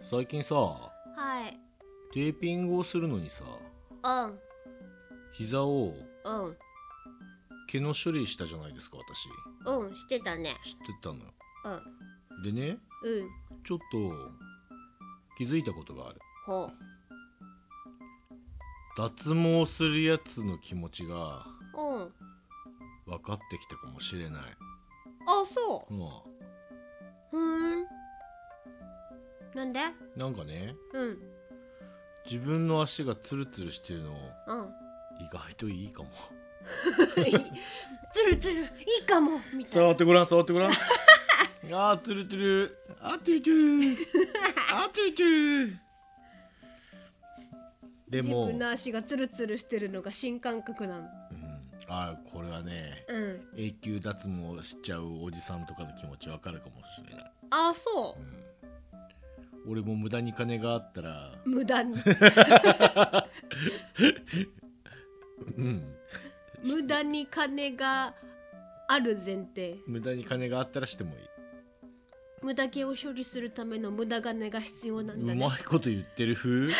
最近さはいテーピングをするのにさうん膝をうん毛の処理したじゃないですか私うんしてたね知ってたのようんでねうんちょっと気づいたことがあるほう脱毛するやつの気持ちがうん分かってきたかもしれないあそまうふーんなんであなんかねうん自分の足がツルツルしてるのうん 意外といいかもつるつるいいかもみたいな触ってごらん触ってごらんあーツルツルあーツルツルあーツルツルで自も、う分ん、の足がツルツルしてるのが新感覚なのあーこれはねうん永久脱毛しちゃうおじさんとかの気持ちわかるかもしれない、あそうん、俺も無駄に金があったらう無駄にうん無駄に金がある前提無駄に金があったらしてもいい無駄毛を処理するための無駄金が必要なんうだねまいこと言ってる風